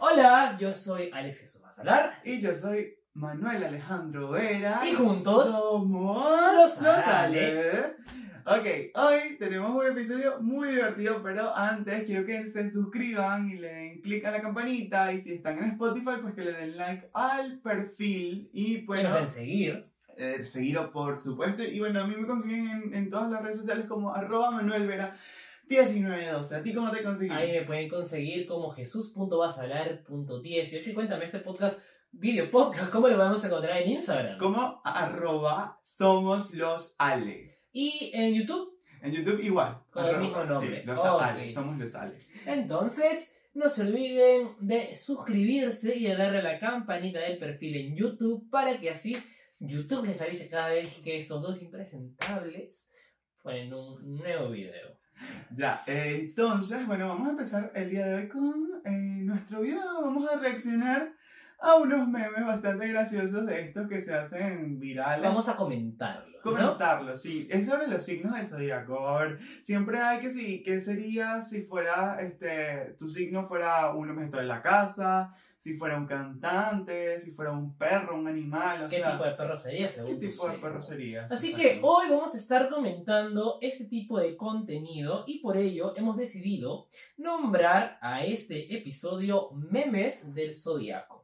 Hola, yo soy Alex Jesús Mazalar. Y yo soy Manuel Alejandro Vera. Y juntos somos los Ale. Ok, hoy tenemos un episodio muy divertido, pero antes quiero que se suscriban y le den clic a la campanita. Y si están en Spotify, pues que le den like al perfil. Y Bueno, bueno, pueden seguir. eh, seguirlo por supuesto. Y bueno, a mí me consiguen en, en todas las redes sociales como arroba Manuel Vera 1912. ¿A ti cómo te consiguen? Ahí me pueden conseguir como jesús.basalar.18. Y cuéntame este podcast, video podcast, ¿cómo lo vamos a encontrar en Instagram? Como arroba somos los Ale. Y en YouTube. En YouTube igual. Con el mismo nombre. Sí, los Ok. Ale, somos los Ale. Entonces, no se olviden de suscribirse y de darle a la campanita del perfil en YouTube para que así YouTube les avise cada vez que estos dos impresentables ponen un nuevo video. Ya, eh, entonces, bueno, vamos a empezar el día de hoy con eh, nuestro video. Vamos a reaccionar a unos memes bastante graciosos de estos que se hacen virales. Vamos a comentarlo. ¿no? Comentarlo, sí. Es sobre los signos del zodiaco. A ver, siempre hay que sí. ¿Qué sería si fuera, este, tu signo fuera un objeto de la casa? Si fuera un cantante, si fuera un perro, un animal, o ¿Qué sea, tipo de perro sería ¿qué según tu tipo de signo? perro sería? Así que Exacto. hoy vamos a estar comentando este tipo de contenido y por ello hemos decidido nombrar a este episodio Memes del Zodíaco.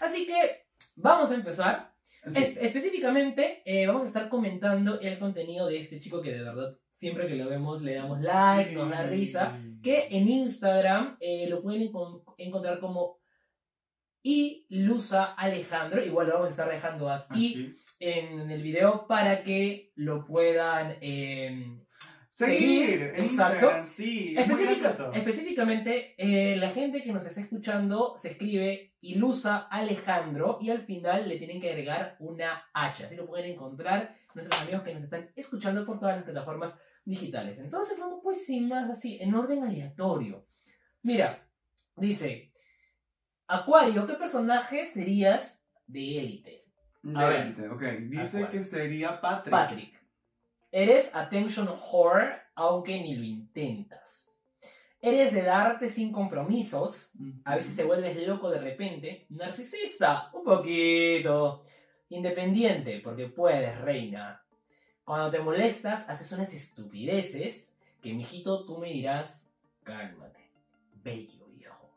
Así que vamos a empezar. Sí. Es- específicamente eh, vamos a estar comentando el contenido de este chico que de verdad siempre que lo vemos le damos like, nos da risa. Que en Instagram eh, lo pueden encon- encontrar como Ilusa Alejandro. Igual lo vamos a estar dejando Ah, aquí en el video para que lo puedan... eh, Seguir, Seguir, exacto. en Instagram, sí. es muy específica- gracioso. específicamente, eh, la gente que nos está escuchando se escribe Ilusa Alejandro y al final le tienen que agregar una H. Así lo pueden encontrar nuestros amigos que nos están escuchando por todas las plataformas digitales. Entonces vamos pues sin más así, en orden aleatorio. Mira, dice, Acuario, ¿qué personaje serías de élite? A ver. Adelante, ok. Dice Acuario. que sería Patrick. Patrick, eres attention whore aunque ni lo intentas. Eres de darte sin compromisos, Ujú. a veces te vuelves loco de repente, narcisista, un poquito, independiente, porque puedes, reina. Cuando te molestas, haces unas estupideces que, mijito, tú me dirás, cálmate, bello hijo.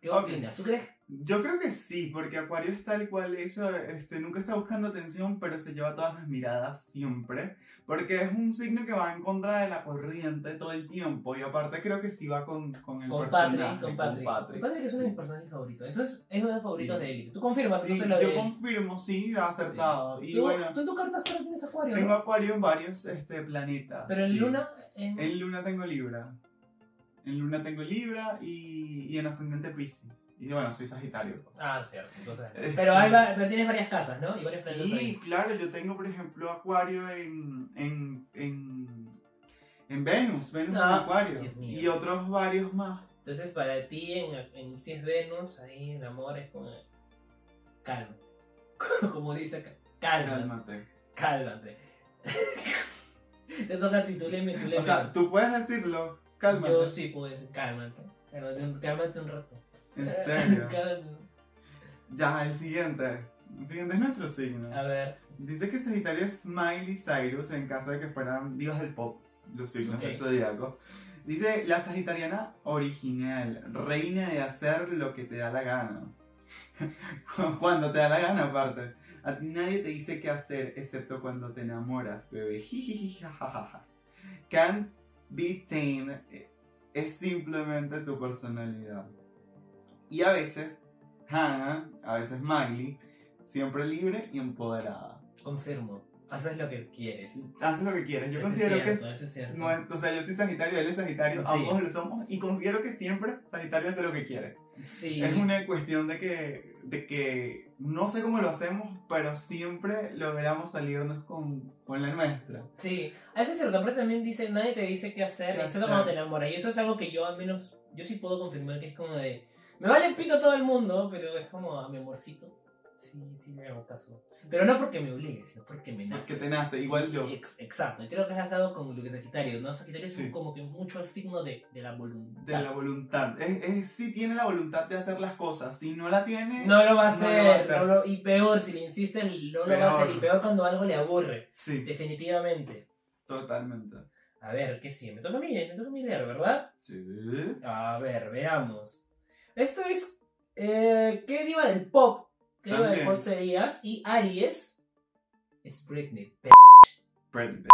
¿Qué Ok. opinas? ¿Tú crees? Yo creo que sí, porque Acuario es tal cual eso, este, nunca está buscando atención, pero se lleva todas las miradas siempre, porque es un signo que va en contra de la corriente todo el tiempo, y aparte creo que sí va con, con el Con Patrick, personaje, con Patrick. Me parece que es uno de mis personajes favoritos. Entonces, es uno de los favoritos Sí. de Elite. Tú confirmas, Sí, no se lo yo de- confirmo, sí, acertado. Y ¿Tú, bueno, tú en tu carta solo tienes Acuario. tengo ¿no? Acuario en varios este, planetas. Pero en sí. Luna. En... En Luna tengo Libra. En Luna tengo Libra y, y en Ascendente Pisces. Y bueno, soy Sagitario. Ah, cierto. Entonces. Este- Pero, hay va- pero tienes varias casas, ¿no? Y varios planetas Sí, ahí. claro, yo tengo por ejemplo Acuario en, en, en, en Venus, Venus en Ah, Acuario. Dios mío. Y otros varios más. Entonces, para ti, en, en- si es Venus, ahí el amor es como. Calma. Como dice acá. Calma. Cálmate. Cálmate. Te toca tituleme, O sea, tú puedes decirlo, cálmate. Yo sí puedo decir, cálmate. Cálmate, un- cálmate un rato. En serio. Cálmate. ya, el siguiente. El siguiente es nuestro signo. A ver. Dice que Sagitario es Miley Cyrus en caso de que fueran divas del pop, los signos Ok. del zodiaco. Dice la sagitariana original, reina de hacer lo que te da la gana. cuando te da la gana, aparte. A ti nadie te dice qué hacer excepto cuando te enamoras, bebé. Jijiji, jajajaja. Can't be tamed eh, es simplemente tu personalidad. Y a veces, Hannah, a veces Miley, siempre libre y empoderada. Confirmo. Haces lo que quieres. Haces lo que quieres. Yo Eso considero es cierto, que eso es cierto. no es- o sea, yo soy Sagitario, él es Sagitario, Sí. ambos lo somos y considero que siempre Sagitario hace lo que quiere. Sí. Es una cuestión de que, de que no sé cómo lo hacemos, pero siempre logramos salirnos con, con la nuestra. Sí, a eso es cierto, pero también dice, nadie te dice qué hacer, ¿Qué excepto hacer? cuando te enamoras. Y eso es algo que yo al menos, yo sí puedo confirmar que es como de, me vale pito todo el mundo, pero es como a "Ah, mi amorcito. sí, sí me hago caso. Pero no porque me obligue, sino porque me nace. Porque te nace, igual yo. Ex- exacto, y creo que has dado con lo que es Sagitario, ¿no? Sagitario es un- Sí. como que mucho el signo de, de la voluntad. De la voluntad. Es, es- sí tiene la voluntad de hacer las cosas. Si no la tiene, No lo va a No lo hacer, va a hacer. no lo- y peor, si le insistes, no lo va a hacer, Peor. y peor cuando algo le aburre, sí, definitivamente. totalmente. A ver, ¿qué sigue? Me toca a mí, eh, me toca a mí leer, ¿verdad? Sí. A ver, veamos. Esto es, eh, ¿qué diva del pop? ¿Qué diva del También. pop serías? Y Aries es Britney. p- Pretty p-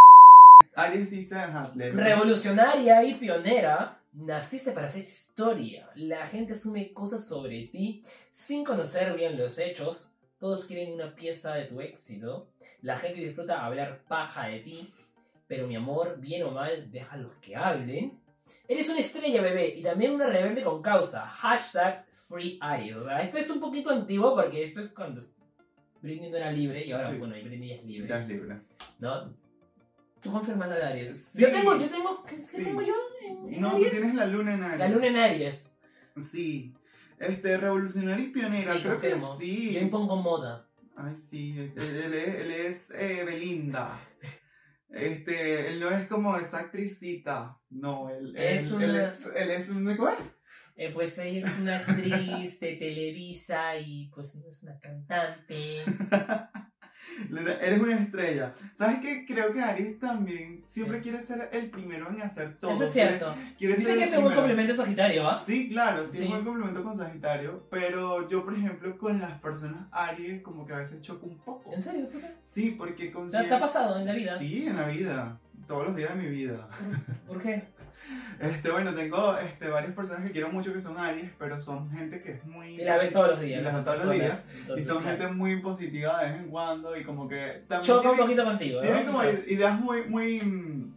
Aries dice, ajá, le- Revolucionaria y pionera, naciste para hacer historia. La gente asume cosas sobre ti sin conocer bien los hechos. Todos quieren una pieza de tu éxito. La gente disfruta hablar paja de ti. Pero mi amor, bien o mal, deja a los que hablen. Eres una estrella, bebé, y también una rebelde con causa. Hashtag Free Aries. O sea, Esto es un poquito antiguo porque esto es cuando Britney no era libre y ahora, Sí. bueno, y Britney ya es libre. Ya es libre. ¿No? ¿Tú confirmas lo de Aries? Sí. Yo tengo, yo tengo, ¿qué, qué Sí. tengo yo en, en No, tú Aries? tienes la luna en Aries. La luna en Aries. Sí. Este, revolucionario y pionera, Sí, creo confirmo. que sí. Yo impongo moda. Ay, sí, él, él- él es eh, Belinda. Este, él no es como esa actricita. No, él, él- Es él una- es, él es un. ¿cómo es? Eh, pues ella es una actriz de Televisa y pues no es una cantante. Eres una estrella. ¿Sabes qué? Creo que Aries también siempre Sí. quiere ser el primero en hacer todo. Eso es Quiere- cierto. quiere ser Dicen el que es un buen primero. complemento Sagitario, ¿ah? Sí, claro, sí, Sí. es buen complemento con Sagitario. Pero yo, por ejemplo, con las personas Aries, como que a veces choco un poco. ¿En serio? ¿Por qué? Sí, porque ¿Te, ha- te considero. ha pasado en la vida? Sí, en la vida. Todos los días de mi vida. ¿Por qué? Este, bueno, tengo este, varias personas que quiero mucho que son Aries, pero son gente que es muy... Y la ves todos los días. Y la las ves todos los personas, Y entonces, son claro. gente muy positiva de vez en cuando y como que también... Choca un tienen- poquito contigo, ¿no? Tienen como Quizás. ideas muy, muy, mm,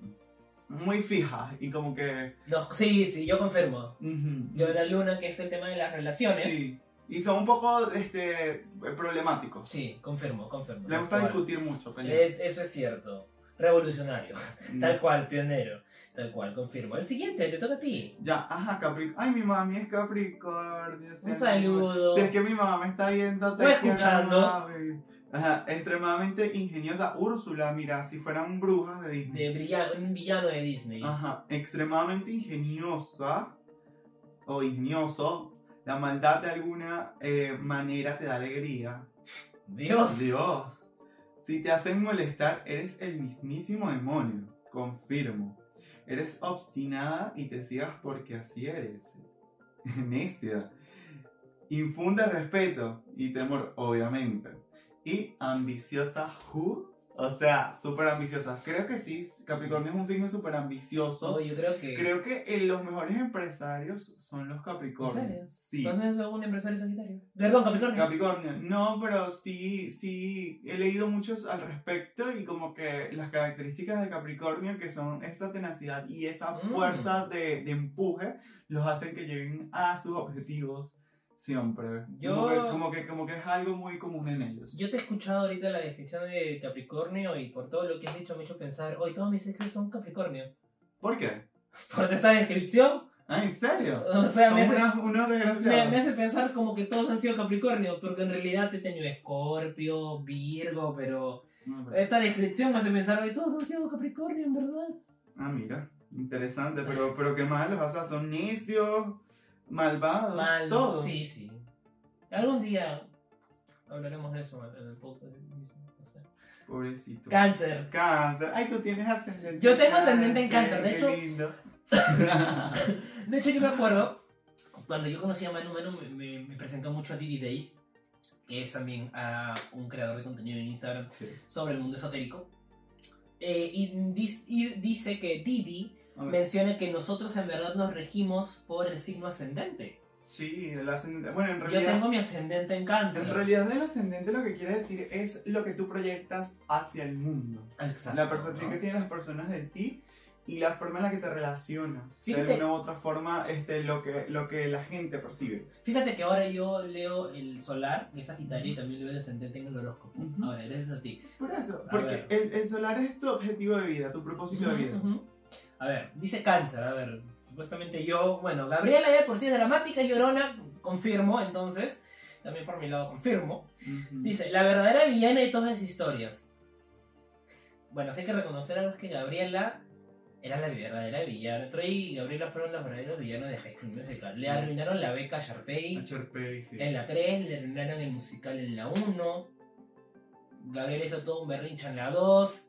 muy fijas y como que... No, Sí, sí, yo confirmo. ujú, Yo la luna, que es el tema de las relaciones. sí. Y son un poco este, problemáticos. Sí, confirmo, confirmo. Les tal gusta cual. discutir mucho, pelear. Es- eso es cierto. Revolucionario. Mm. Tal cual, pionero. Tal cual, confirmo. El siguiente, te toca a ti. Ya, ajá, Capricornio. Ay, mi mami es Capricornio. Un siempre- saludo. Si es que mi mamá me está viendo, te No quiero, escuchando. mami. Ajá, extremadamente ingeniosa. Úrsula, mira, si fueran brujas de Disney. De brilla- un villano de Disney. Ajá, extremadamente ingeniosa o ingenioso. La maldad de alguna eh, manera te da alegría. Dios. Dios. Si te hacen molestar, eres el mismísimo demonio. Confirmo. Eres obstinada y te sigas porque así eres. Necia. Infunde respeto y temor, obviamente. Y ambiciosa, who? O sea, súper ambiciosa. Creo que sí, Capricornio es un signo súper ambicioso. Oh, yo creo que. Creo que eh, los mejores empresarios son los ¿En serio? Capricornios. Sí. ¿Conoces algún empresario sagitario? Perdón, Capricornio. Capricornio. No, pero sí, sí, he leído muchos al respecto y como que las características de Capricornio, que son esa tenacidad y esa Mm. fuerza de, de empuje, los hacen que lleguen a sus objetivos siempre. Yo- Como, que, como, que, como que es algo muy común en ellos. yo te he escuchado ahorita la descripción de Capricornio y por todo lo que has dicho me ha hecho pensar, hoy todos mis exes son Capricornio. ¿Por qué? Por esta descripción, Ah, ¿en serio? o sea, me Somos hace, unos, unos me, desgraciados. me hace pensar como que todos han sido Capricornio, porque en realidad he tenido Escorpio, Virgo, pero No, pero- Esta descripción me hace pensar, hoy todos han sido Capricornio, en verdad. Ah, mira, interesante, pero, pero qué malos, o sea, son necios, malvados, Mal, todos. sí, sí. Algún día hablaremos de eso en el podcast. no sé. Pobrecito. Cáncer. cáncer, ay, tú tienes ascendente. Yo tengo ascendente en cáncer, de qué hecho- lindo. De hecho, yo me acuerdo, cuando yo conocí a Manu, Manu me, me- me presentó mucho a Didi Days, que es también ah, un creador de contenido en Instagram Sí, sobre el mundo esotérico. Eh, y, dis- y dice que Didi a ver. menciona que nosotros en verdad nos regimos por el signo ascendente. Sí, el ascendente. Bueno, en Yo realidad. tengo mi ascendente en cáncer. En realidad el ascendente lo que quiere decir es lo que tú proyectas hacia el mundo. Ah, Exacto, la percepción ¿no? que tienen las personas de ti y la forma en la que te relacionas. Fíjate. De alguna u otra forma, este, lo, que, lo que la gente percibe. Fíjate que ahora yo leo el solar, que es Sagitario, y también leo el ascendente en el horóscopo. Ujú. Ahora, gracias a ti. Por eso, A porque ver. el, el solar es tu objetivo de vida, tu propósito de vida. Ujú. A ver, dice cáncer, a ver, supuestamente yo, bueno, Gabriela ya de por sí es dramática y llorona, confirmo, entonces, también por mi lado confirmo. Ujú. Dice, la verdadera villana de todas las historias. Bueno, sí hay que reconocer algo es que Gabriela era la verdadera villana. Troy y Gabriela fueron los verdaderos villanos de High School Musical. Sí. Le arruinaron la beca a Sharpay A Sharpay, sí. en la 3, le arruinaron el musical en la 1. Gabriela hizo todo un berrinche en la 2.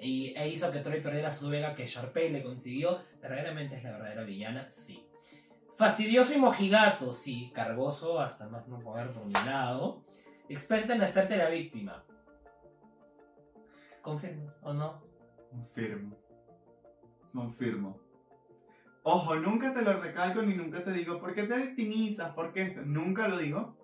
Y, e hizo que Troy perdiera su vega que Sharpay le consiguió. Verdaderamente es la verdadera villana, sí. Fastidioso y mojigato, sí. Cargoso, hasta más no poder por mi lado. Experta en hacerte la víctima. ¿Confirmas o no? Confirmo. Confirmo. Ojo, nunca te lo recalco ni nunca te digo por qué te victimizas, por qué esto. Nunca lo digo.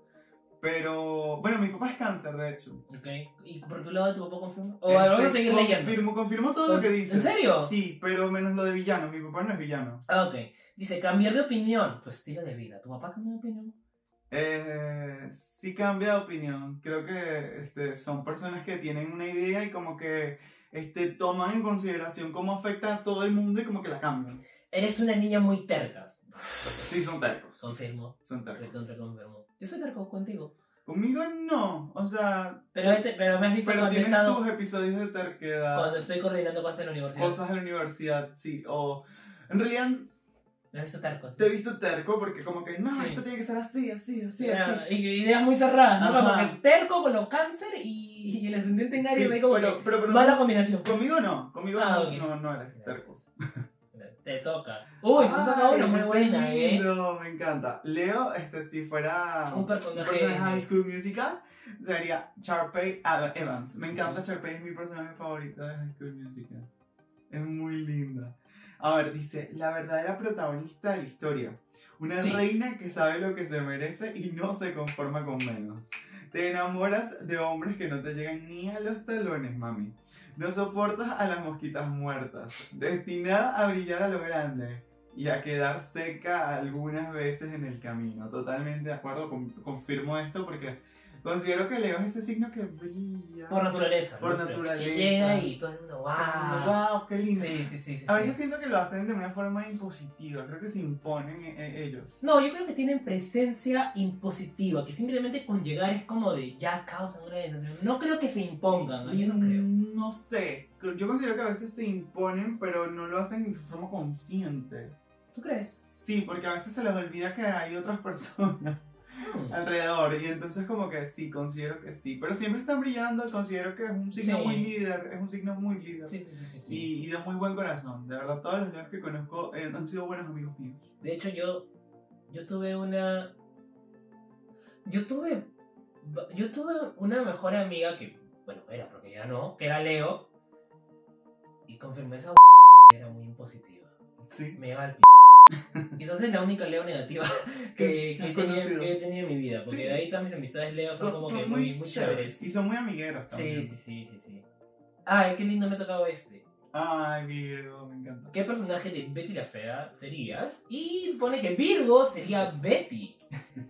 Pero, bueno, mi papá es cáncer, de hecho. Ok. ¿Y por tu lado tu papá confirma? O Este, vamos a seguir leyendo. Confirmo, confirmo todo lo que dices. ¿En serio? Sí, pero menos lo de villano. Mi papá no es villano. Ah, ok. Dice, cambiar de opinión. Tu estilo de vida. ¿Tu papá cambió de opinión? Eh, sí cambia de opinión. Creo que este, son personas que tienen una idea y como que este, toman en consideración cómo afecta a todo el mundo y como que la cambian. Eres una niña muy terca. Sí, son tercos. Confirmo. Son tercos. Recontra confirmo. Yo soy terco contigo. Conmigo no, o sea, Pero, este- pero me has visto pero cuando he tienes estado- tus episodios de terquedad, cuando estoy coordinando cosas en la universidad. cosas de la universidad, sí, o en realidad Me has visto terco. te he visto terco porque como que no, Sí. esto tiene que ser así, así, así, Ah, así. y y ideas muy cerradas, ¿no? Como Ajá. que es terco con los cáncer y, y el ascendente en Aries. Sí, me como pero, pero, que pero mala combinación. conmigo no, conmigo Ah, no, ok. no, no eres terco. Te toca. Uy, te toca Ay, una muy qué buena, ¿eh? lindo, Me encanta. Leo, este, si fuera Un personaje. de High School Musical, sería Sharpay Ad- Evans. Me encanta Sharpay, es mi personaje favorito de High School Musical. Es muy linda. A ver, dice, la verdadera protagonista de la historia. Una Sí. reina que sabe lo que se merece y no se conforma con menos. Te enamoras de hombres que no te llegan ni a los talones, mami. No soportas a las mosquitas muertas, destinada a brillar a lo grande y a quedar seca algunas veces en el camino. Totalmente de acuerdo, con- confirmo esto porque considero que Leo es ese signo que brilla. Por naturaleza. Por ¿no? Pero naturaleza. Que llega y todo el mundo va. ¡Wow! Ah, ¡Qué lindo! Sí, sí, sí. sí, A sí. veces siento que lo hacen de una forma impositiva, creo que se imponen e- e- ellos. No, yo creo que tienen presencia impositiva, que simplemente con llegar es como de ya causan una sensación. No creo que se impongan, ¿no? yo no creo. Mm, No sé, creo- yo considero que a veces se imponen, pero no lo hacen en su forma consciente. Mm, ¿Tú crees? Sí, porque a veces se les olvida que hay otras personas Hmm. alrededor y entonces como que sí, considero que sí, pero siempre están brillando, considero que es un signo Sí. muy líder, es un signo muy líder. Sí, sí, sí, sí, sí. Y, y de muy buen corazón, de verdad todos los leos que conozco eh, han sido buenos amigos míos. De hecho, yo, yo tuve una. Yo tuve. Yo tuve una mejor amiga que. Bueno, era porque ya no, que era Leo. Y confirmé esa que era muy impositiva. Sí. Me va al p. Quizás es la única Leo negativa que, que, he has tenido- conocido. que he tenido en mi vida. Porque Sí. de ahí todas mis amistades Leo son, como que muy, muy chéveres. Y son muy amigueros Sí, también. sí, sí, sí, sí. Ay, qué lindo me ha tocado este. Ay, Virgo, me encanta. ¿Qué personaje de Betty la Fea serías? Y pone que Virgo sería Betty.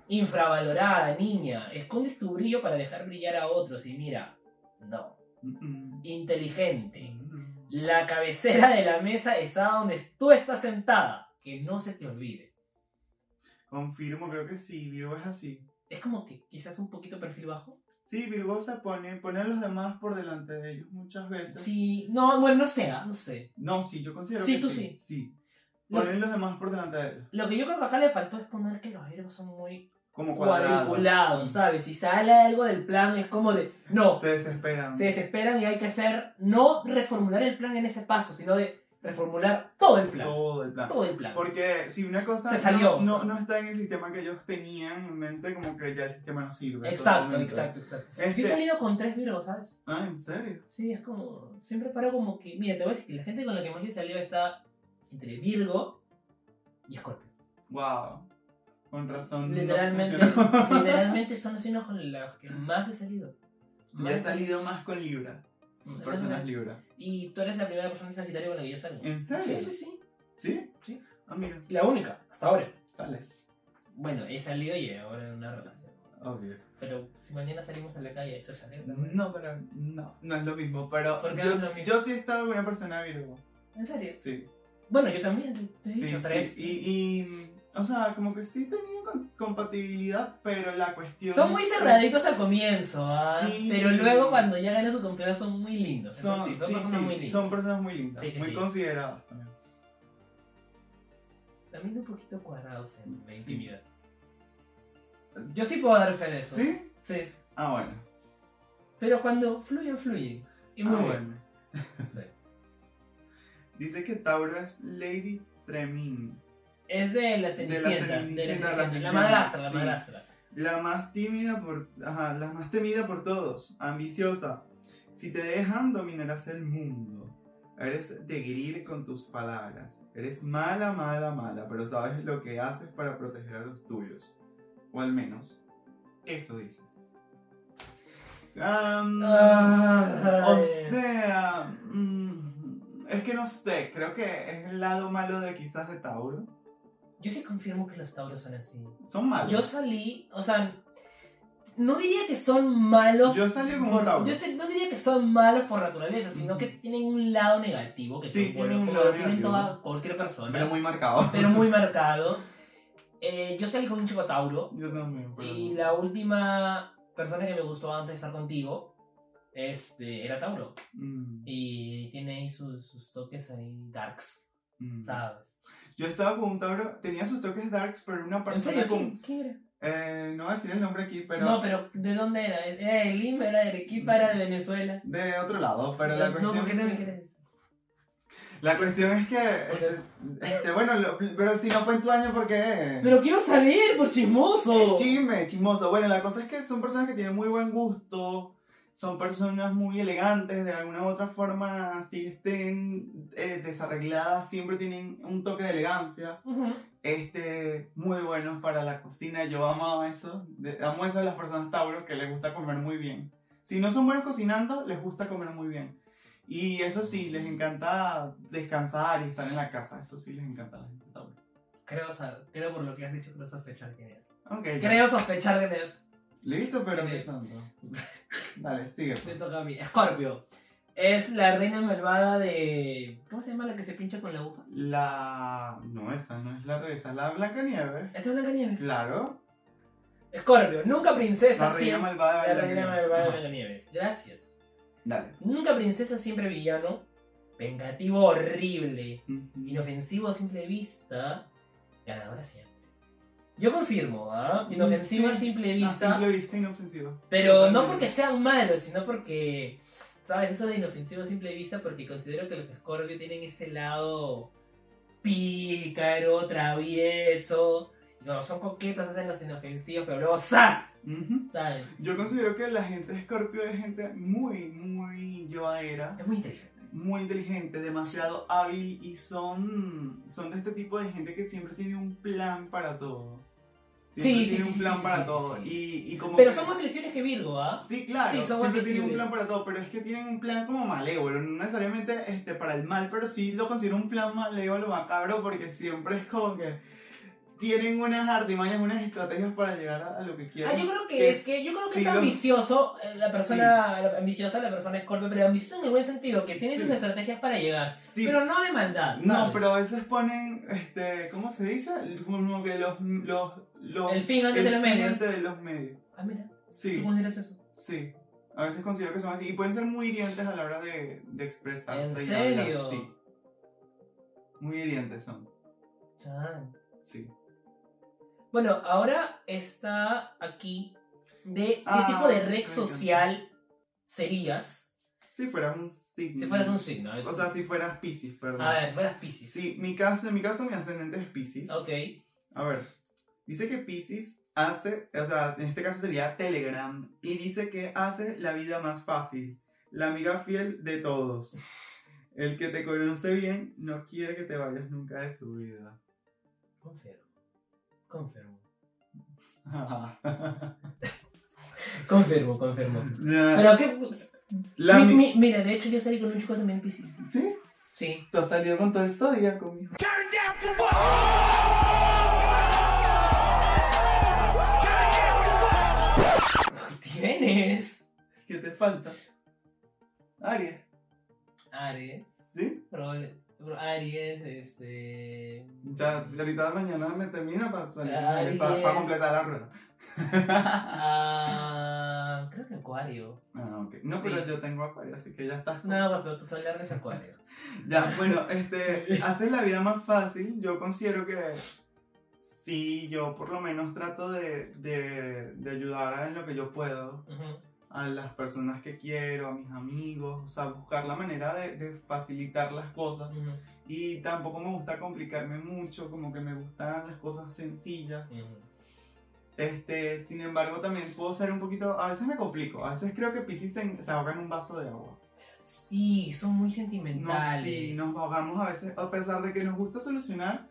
Infravalorada, niña. Escondes tu brillo para dejar brillar a otros. Y mira, no. Mm, mm. Inteligente. Mm. La cabecera de la mesa está donde tú estás sentada. Que no se te olvide. Confirmo, creo que sí, Virgo es así. Es como que quizás un poquito perfil bajo. Sí, Virgo se pone, pone a los demás por delante de ellos muchas veces. Sí, no, bueno, no sé, ah, no sé. No, sí, yo considero Sí, que tú sí. sí. Sí, Lo, Ponen los demás por delante de ellos. lo que yo creo que acá le faltó es poner que los héroes son muy Como cuadrados. cuadriculado, Sí. ¿sabes? Si sale algo del plan es como de, no, Se desesperan. se desesperan y hay que hacer, no reformular el plan en ese paso, sino de reformular todo el plan. Todo el plan. Todo el plan. Porque si una cosa Se salió, no, no, o sea. no está en el sistema que ellos tenían en mente, como que ya el sistema no sirve. Exacto, totalmente. exacto, exacto. Yo he Este, salido con tres virgos, ¿sabes? ah, ¿en serio? Sí, es como, siempre paro como que, mira, te voy a decir, que la gente con la que más yo he salido está entre Virgo y Escorpio. Wow. Con razón. no Literalmente, funcionó. literalmente son los signos con los que más he salido. Yo he salido más con Libra. Mm, Personas Libra. Y tú eres la primera persona de Sagitario con la que yo salgo. ¿En serio? Sí, sí, sí. ¿Sí? Sí. Ah, mira. La única, hasta ahora. Vale. Bueno, he salido y ahora en una relación. Obvio. Pero si mañana salimos a la calle, eso ya es también. No, pero no, no es lo mismo. Pero ¿Por qué no yo, es lo mismo? yo sí he estado con una persona Virgo. ¿En serio? Sí. Bueno, yo también, te te he Sí, dicho sí. tres. Y, y O sea, como que sí tenía con- compatibilidad, pero la cuestión. Son muy es que cerraditos al comienzo, ¿ah? Sí. pero luego cuando ya ganan su cumpleaños son muy lindos. eso Son, sí, son sí, personas sí, muy lindas. son personas muy lindas, Sí, sí, muy sí. consideradas también. También un poquito cuadrados en la Sí. intimidad. Yo sí puedo dar fe de eso. ¿Sí? Sí. Ah, bueno. Pero cuando fluyen, fluyen. Y muy Ah, bueno. bueno. Dice que Tauro es Lady Tremin, Es de la De la Cenicienta. De la, Cenicienta, la Cenicienta, la Cenicienta, madrastra, la sí. madrastra. la más tímida por, ajá, la más temida por todos, ambiciosa. Si te dejan, dominarás el mundo. Eres de grir con tus palabras. Eres mala, mala, mala, pero sabes lo que haces para proteger a los tuyos. O al menos, eso dices. Am, Ay. o sea, mm, es que no sé, creo que es el lado malo de quizás de Tauro. Yo sí confirmo que los tauros son así. Son malos. Yo salí, o sea, no diría que son malos. Yo salí como un por- Tauro. Yo estoy- no diría que son malos por naturaleza, sino Ujú. que tienen un lado negativo que Sí, son, tienen bueno, un como lado lo tienen negativo. toda cualquier persona, pero muy marcado. pero muy marcado. Eh, yo salí con un chico tauro Yo también, pero- y la última persona que me gustó antes de estar contigo este, era tauro Mm, y tiene ahí sus, sus toques ahí darks, mm. ¿sabes? Yo estaba con un Tauro, tenía sus toques darks, pero una ¿En persona serio? ¿Quién, con. quién era? eh, no voy a decir el nombre aquí, pero. no, pero ¿de dónde era? Era de Lima, era de Arequipa, era de Venezuela. De otro lado, pero la No, cuestión. ¿por qué no me quieres? La cuestión es que. Porque- Este, bueno, lo- pero si no fue en tu año, ¿por qué? Pero quiero salir, por chismoso. Chisme, chismoso. Bueno, la cosa es que son personas que tienen muy buen gusto, son personas muy elegantes, de alguna u otra forma, así estén eh, desarregladas, siempre tienen un toque de elegancia. Ujú. este, muy buenos para la cocina. Yo amo eso. de- amo eso de las personas Tauro que les gusta comer muy bien. Si no son buenos cocinando, les gusta comer muy bien. Y eso sí, les encanta descansar y estar en la casa. Eso sí les encanta a la gente Tauro. Creo, o sea, creo por lo que has dicho, creo sospechar quién es. Ok, ya. Creo sospechar quién es. Listo, pero Sí. qué tanto. Dale, sigue. pues. Me toca a mí. Scorpio. Es la reina malvada de. ¿Cómo se llama la que se pincha con la aguja? La. No, esa no es la red, esa es la Blanca Nieve. Esta es Blanca Nieves. Claro. Scorpio, nunca princesa La reina siempre. malvada de La reina Blancanieves. malvada de Ajá, Blanca Nieves. Gracias. Dale. Nunca princesa, siempre villano. Vengativo horrible. Ujú. Inofensivo a simple vista. Ganadora siempre. Yo confirmo, ¿ah? Inofensivo Sí. a simple A vista. Ah, simple vista inofensiva. Pero no Totalmente. porque sean malos, sino porque, ¿sabes? Eso de inofensivo a simple vista, porque considero que los Scorpio tienen ese lado pícaro, travieso. Y Cuando son coquetas hacen los inofensivos, pero luego ¡zas! Ujú. ¿Sabes? Yo considero que la gente de Scorpio es gente muy, muy llevadera, Es muy inteligente. muy inteligente, demasiado hábil y son, son de este tipo de gente que siempre tiene un plan para todo. Sí, Siempre sí, tiene sí, un sí, plan sí, para sí, todo. sí, Y, y como Pero que- son más flexibles que Virgo, ¿ah? Sí, claro, Sí, son más siempre tienen un flexibles. plan para todo, pero es que tienen un plan como malévolo, no necesariamente este, para el mal, pero sí lo considero un plan malévolo macabro porque siempre es como que tienen unas artimañas, unas estrategias para llegar a, a lo que quieren. Ah, yo creo que que es que yo creo que es sí, lo- ambicioso eh, la persona la- ambiciosa la persona Scorpio, pero ambicioso en el buen sentido, que tiene Sí. sus estrategias para llegar, Sí, pero no de maldad. No, ¿sabes? pero a veces ponen, este, ¿cómo se dice? Como que los, los, los el fin antes el de los fin medios. antes de los medios. Ah, mira, ¿tú Sí, consideras eso? sí. A veces considero que son así. Y pueden ser muy hirientes a la hora de, de expresarse. ¿En y serio? hablar, sí. Muy hirientes son. Chan. Sí. Bueno, ahora está aquí de qué Ah, tipo de me red encanta. social serías Si fueras un signo. si fueras un signo. A ver, O sea, si fueras Pisces, perdón. a ver, si fueras Pisces. Sí, mi caso, en mi caso mi ascendente es Pisces. Ok. A ver, dice que Pisces hace, o sea, en este caso sería Telegram, y dice que hace la vida más fácil, la amiga fiel de todos. El que te conoce bien no quiere que te vayas nunca de su vida. Confirmo. Confirmo. Confirmo, confirmo. Pero qué. La mi- mi- mi- mira, de hecho yo salí con un chico también Pisces. ¿Sí? Sí. Tú has salido con todo el zodíaco, mijo. ¿Tienes? ¿Qué te falta? Aries. Ares. ¿Sí? Probable. Aries, este. Ya, de ahorita mañana me termina para Aries. completar la rueda. ah, creo que Acuario. Ah, ok. No, Sí. pero yo tengo acuario, así que ya está. No, pues, pero tu solar es Acuario. Ya, bueno, este, haces la vida más fácil. Yo considero que sí, yo por lo menos trato de, de, de ayudar en lo que yo puedo Ujú. a las personas que quiero, a mis amigos, o sea, buscar la manera de, de facilitar las cosas. Ujú. Y tampoco me gusta complicarme mucho, como que me gustan las cosas sencillas. Ujú. Este, sin embargo, también puedo ser un poquito, a veces me complico, a veces creo que Pisces se, se ahoga en un vaso de agua. Sí, son muy Nos, sentimentales. sí, nos ahogamos a veces, a pesar de que nos gusta solucionar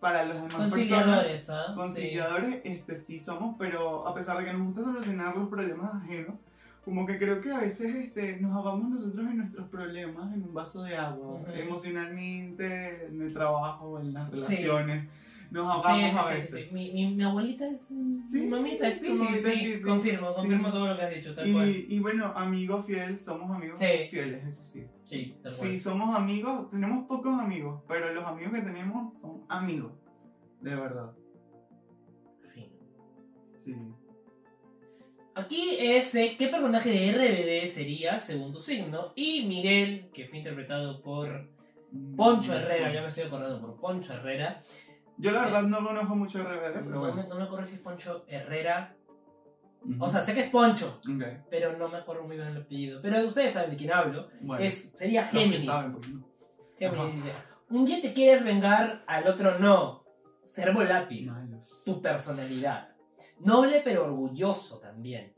para las demás personas. Conciliadores, ¿ah? Conciliadores, este sí somos, pero a pesar de que nos gusta solucionar los problemas ajenos, como que creo que a veces este, nos ahogamos nosotros en nuestros problemas en un vaso de agua, Ujú. emocionalmente, en el trabajo, en las Sí. relaciones. Nos Sí, ahogamos sí, a sí, sí, sí. veces. Mi, mi, mi abuelita es. Sí, mi mamita es tu mamita Pisces. es Sí, Piscis. confirmo, confirmo Sí. todo lo que has dicho, tal cual. Y, y bueno, amigos fieles, somos amigos Sí. fieles, eso sí. Sí, tal cual. Sí, somos amigos, tenemos pocos amigos, pero los amigos que tenemos son amigos, de verdad. Fin. Sí. Aquí es eh, qué personaje de RBD sería según tu signo. Y Miguel, que fue interpretado por Poncho Herrera, ya me estoy acordando por Poncho Herrera. Mm, Yo la verdad no conozco mucho RBD, pero No me, bueno. no me acuerdo si es Poncho Herrera. Ujú. O sea, sé que es Poncho, Ok, pero no me acuerdo muy bien el apellido. Pero ustedes saben de quién hablo. bueno. Es, sería Los que Géminis. saben, pues, no. Géminis dice, un día te quieres vengar, al otro no. Ser volátil. Malos. tu personalidad. Noble pero orgulloso también.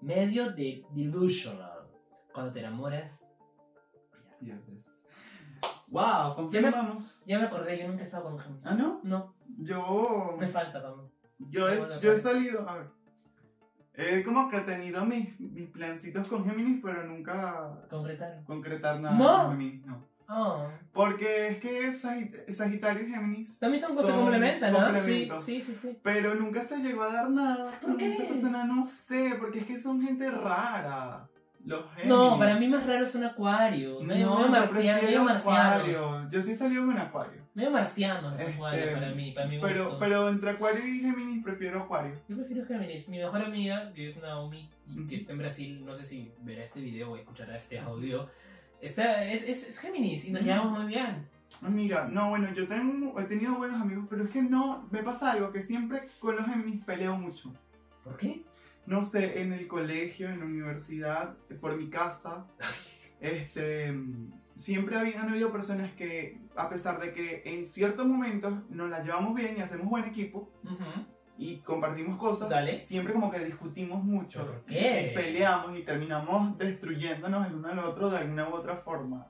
Medio de delusional. Cuando te enamoras. Dioses. Wow, confirmamos. Ya me acordé, yo nunca he estado con Géminis. Ah, no. No, Yo. me falta también. Yo Hola, he, yo he Fabi. salido. A ver. He como que he tenido mis, mis plancitos con Géminis, pero nunca Concretar. concretar nada No. con Géminis, no. Ah. Porque es que Sagi- Sagitario y Géminis, También son cosas Son complementan, ¿no? Sí, complementos. Eh. sí, sí, sí. pero nunca se llegó a dar nada. ¿Por con qué? Esa persona no sé, porque es que son gente rara. Los Géminis. No, para mí más raro es un acuario. Medio, No, medio yo marciano, medio prefiero marciano. Acuario. Yo sí salí con Acuario. Medio marciano es Este, acuario para mí, para mi Pero, gusto. pero entre Acuario y Géminis prefiero Acuario. Yo prefiero Géminis. Mi mejor amiga, que es Naomi, y que Ujú. está en Brasil, no sé si verá este video o escuchará este audio, está, es, es, es Géminis y nos Ujú. llevamos muy bien. Mira, no, bueno, yo tengo, he tenido buenos amigos, pero es que no, me pasa algo que siempre con los Géminis peleo mucho. ¿Por qué? no sé, en el colegio, en la universidad, por mi casa, este, siempre había- han habido personas que, a pesar de que en ciertos momentos nos la llevamos bien y hacemos buen equipo Ujú. y compartimos cosas, Dale. siempre como que discutimos mucho. ¿Por qué? Y peleamos y terminamos destruyéndonos el uno al otro de alguna u otra forma.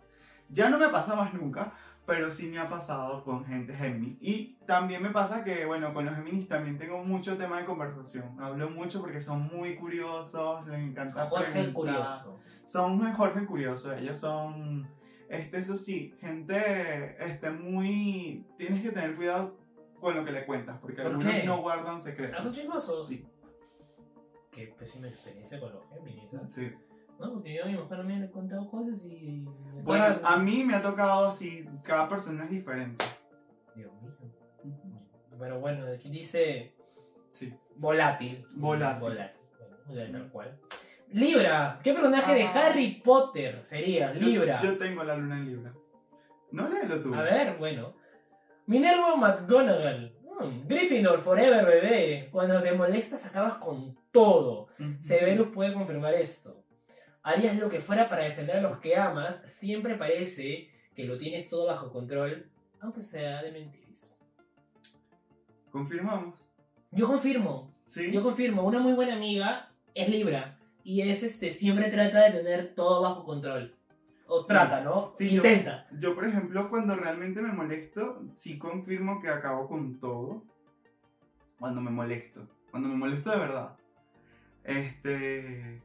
Ya no me pasa más nunca, pero sí me ha pasado con gente Géminis. Y también me pasa que, bueno, con los Géminis también tengo mucho tema de conversación. Hablo mucho porque son muy curiosos, les encanta Jorge el preguntar. Curioso. Son mejor que curiosos, ellos son... Este, eso sí, gente este, muy... Tienes que tener cuidado con lo que le cuentas, porque ¿Por algunos qué? no guardan ¿Ah, son secretos. chismosos? Sí, Qué pésima experiencia con los Géminis, ¿sabes? sí. No, porque yo a mi mejor amiga le he contado cosas y... me Bueno, estaba- a mí me ha tocado así, cada persona es diferente. Dios mío. Pero bueno, aquí dice Sí. volátil. Volátil. Volátil. Bueno, ya tal cual. Libra, ¿qué personaje de Ah. Harry Potter sería? Yo- Libra. Yo, tengo la luna en Libra. No léelo tú. A ver, bueno. Minerva McGonagall. Mm, Gryffindor Forever, bebé. Cuando te molestas acabas con todo. Ujú. Severus puede confirmar esto. Harías lo que fuera para defender a los que amas. Siempre parece que lo tienes todo bajo control, aunque sea de mentiras. Confirmamos. Yo confirmo, Sí. yo confirmo. Una muy buena amiga es Libra. Y es este, siempre trata de tener todo bajo control. O Sí. trata, ¿no? Sí, yo- Intenta. Yo, por ejemplo, cuando realmente me molesto, sí confirmo que acabo con todo. Cuando me molesto. Cuando me molesto de verdad. Este.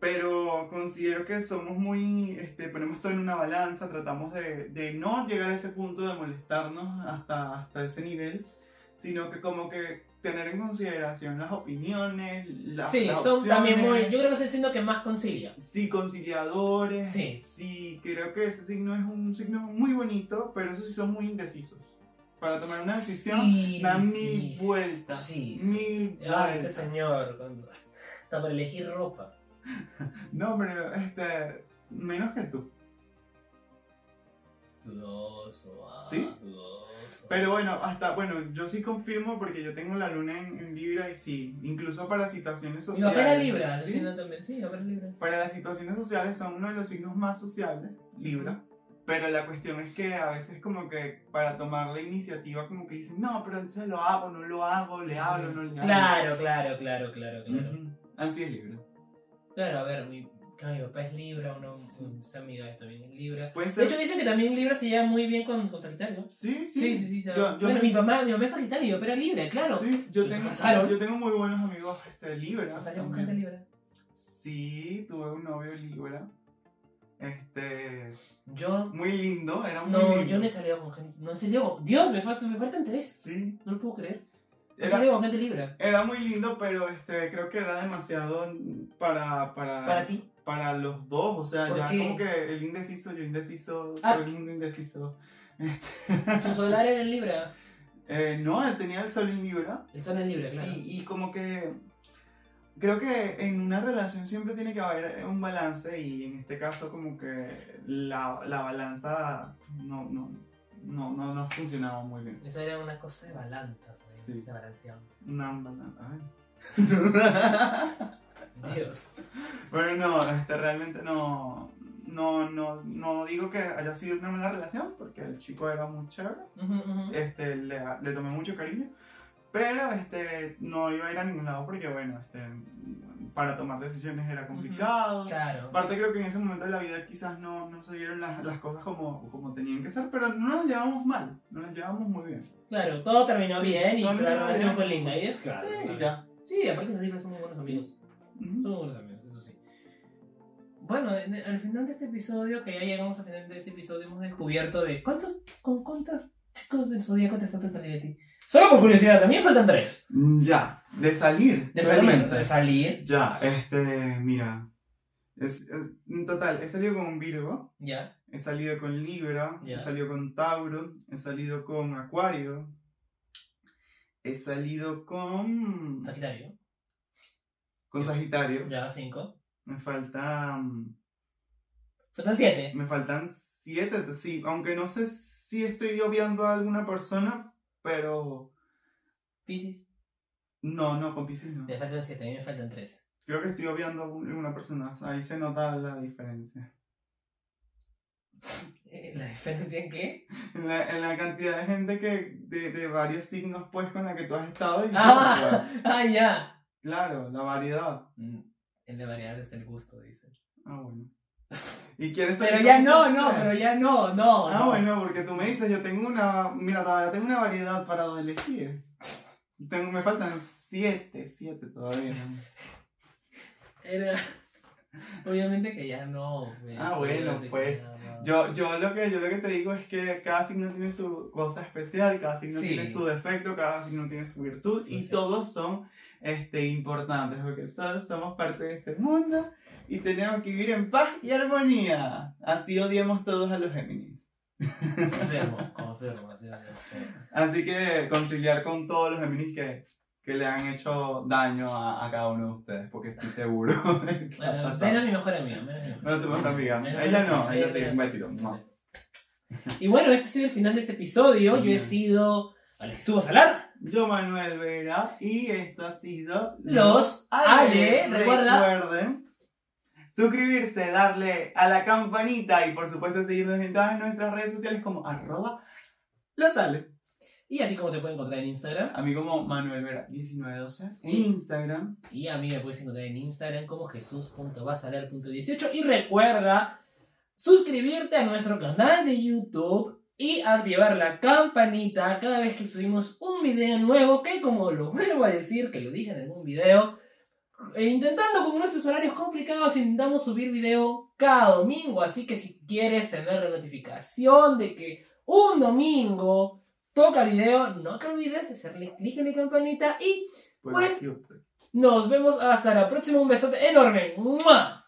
Pero considero que somos muy. Este, ponemos todo en una balanza, tratamos de, de no llegar a ese punto de molestarnos hasta, hasta ese nivel, sino que como que tener en consideración las opiniones, las, Sí, las son también muy. opciones, Yo creo que es el signo que más concilia. sí conciliadores, Sí. sí, creo que ese signo es un signo muy bonito, pero eso sí son muy indecisos. Para tomar una decisión Sí, dan sí. mil vueltas, Sí, sí. mil Ah, este vueltas. señor. con- Hasta para elegir ropa. No, pero este, menos que tú. Dudoso, ah, ¿Sí? dudoso. Pero bueno, hasta, bueno, yo sí confirmo porque yo tengo la luna en, en Libra y sí, incluso para situaciones Mi sociales. papá era Libra, ¿sí? alucina también. Sí, mi papá era Libra. Para las situaciones sociales son uno de los signos más sociables, Libra. Pero la cuestión es que a veces como que para tomar la iniciativa como que dicen, no, pero entonces lo hago, no lo hago, le hablo, no le hablo. Claro, claro, claro, claro, claro. Ujú. Así es Libra. Claro, a ver, mi, claro, mi papá es Libra, uno, Sí. esta amiga es también Libra. Puede De ser... hecho, dicen que también Libra se lleva muy bien con, con Sagitario. sí, sí. Sí, sí, sí. se- Yo- yo bueno, me- mi mamá, mi mamá es Sagitario, mi papá era Libra, claro. Sí, yo Los tengo, casaron. yo tengo muy buenos amigos este, Libra. O sea, yo con también. gente Libra. Sí, tuve un novio Libra. Este. Yo, Muy lindo, era muy no, lindo. yo no he salido con gente. No he salido con- Dios, me, faltan, me faltan tres. Sí, No lo puedo creer. No he era, salido con gente Libra. era muy lindo, pero este, creo que era demasiado para, para, Para ti. para los dos. O sea, ¿Por ya qué? como que el indeciso, yo indeciso, Ah. todo el mundo indeciso. Tu solar era en Libra. Eh, no, él tenía el sol en Libra. El sol en Libra, claro. Sí, y como que. Creo que en una relación siempre tiene que haber un balance, y en este caso, como que la, la balanza no, no, no, no, no funcionaba muy bien. Eso era una cosa de balanzas, ¿sabes? Sí. se balanceaban. Una ¿eh? balanza. ay. Dios. Bueno, no, este, realmente no, no, no, no digo que haya sido una mala relación, porque el chico era muy chévere, Ujú, ujú. este, le, le tomé mucho cariño, pero este, no iba a ir a ningún lado porque, bueno, este, para tomar decisiones era complicado. Claro. Aparte creo que en ese momento de la vida quizás no, no se dieron las, las cosas como, como tenían que ser, pero no nos llevamos mal, no nos llevamos muy bien. Claro, todo terminó Sí, bien y todo la terminó relación bien. fue linda. Y es claro. sí, claro. ya. Sí, aparte los libros son muy buenos amigos. Son Ujú. muy buenos amigos, eso sí. Bueno, en- al final de este episodio, que ya llegamos al final de este episodio, hemos descubierto de cuántos, con cuántos chicos del zodíaco te faltan salir de ti. Solo por curiosidad, también faltan tres. Ya, de salir, De salir, realmente. de salir, Ya, este, mira. Es, es- en total, he salido con Virgo, ya. he salido con Libra, Ya. he salido con Tauro, he salido con Acuario, he salido con. Sagitario, con Sagitario. ya, cinco. Me faltan. Faltan siete. Me faltan siete, sí, aunque no sé si estoy obviando a alguna persona, pero. Piscis, No, no, con Piscis no. me faltan siete, a mí me faltan tres. Creo que estoy obviando a alguna persona, ahí se nota la diferencia. Eh, ¿La diferencia en qué? En la, en la cantidad de gente que de, de varios signos pues con la que tú has estado y pues, ¡Ah! ¡Ah, ya! claro, la variedad. Mm, En la variedad está el gusto, dice. Ah, bueno. ¿Y quieres salir Pero con ya esa no, mujer? no, pero ya no, no. Ah, no. bueno, porque tú me dices, yo tengo una, mira, todavía tengo una variedad para elegir. Tengo, me faltan siete, siete todavía. Era. Obviamente que ya no. güey. Ah, bueno, Obviamente que pues, ya no. Yo, yo lo que yo lo que te digo es que cada signo tiene su cosa especial, cada signo Sí. tiene su defecto, cada signo tiene su virtud y Sí. todos son este, importantes porque todos somos parte de este mundo y tenemos que vivir en paz y armonía. Así odiamos todos a los Géminis. Confirmo, confirmo, confirmo, confirmo. Así que conciliar con todos los Géminis que, que le han hecho daño a, a cada uno de ustedes, porque estoy seguro. de que ha Bueno, pasado. menos mi mejor amiga. Menos mi mejor Bueno, tu mejor amiga. Menos Ella mi no, mejor ella amiga, sí, un besito. Y bueno, este ha sido el final de este episodio. Yo he Bien. sido Alex Tubo Salar. Yo, Manuel Vera, y esto ha sido Los Ale. Recuerda. Recuerden suscribirse, darle a la campanita y por supuesto seguirnos en todas nuestras redes sociales como arroba los Ale. Y a ti, ¿cómo te pueden encontrar en Instagram? A mí como Manuel Vera 1912 en Sí. Instagram. Y a mí me puedes encontrar en Instagram como jesús.basalar.18. Y recuerda suscribirte a nuestro canal de YouTube y activar la campanita cada vez que subimos un video nuevo. Que como lo vuelvo a decir, que lo dije en algún video, e intentando con nuestros horarios complicados, intentamos subir video cada domingo. Así que si quieres tener la notificación de que un domingo Toca video, no te olvides de hacerle clic en la campanita y Por Pues- siempre. nos vemos hasta la próxima. Un besote enorme. ¡Mua!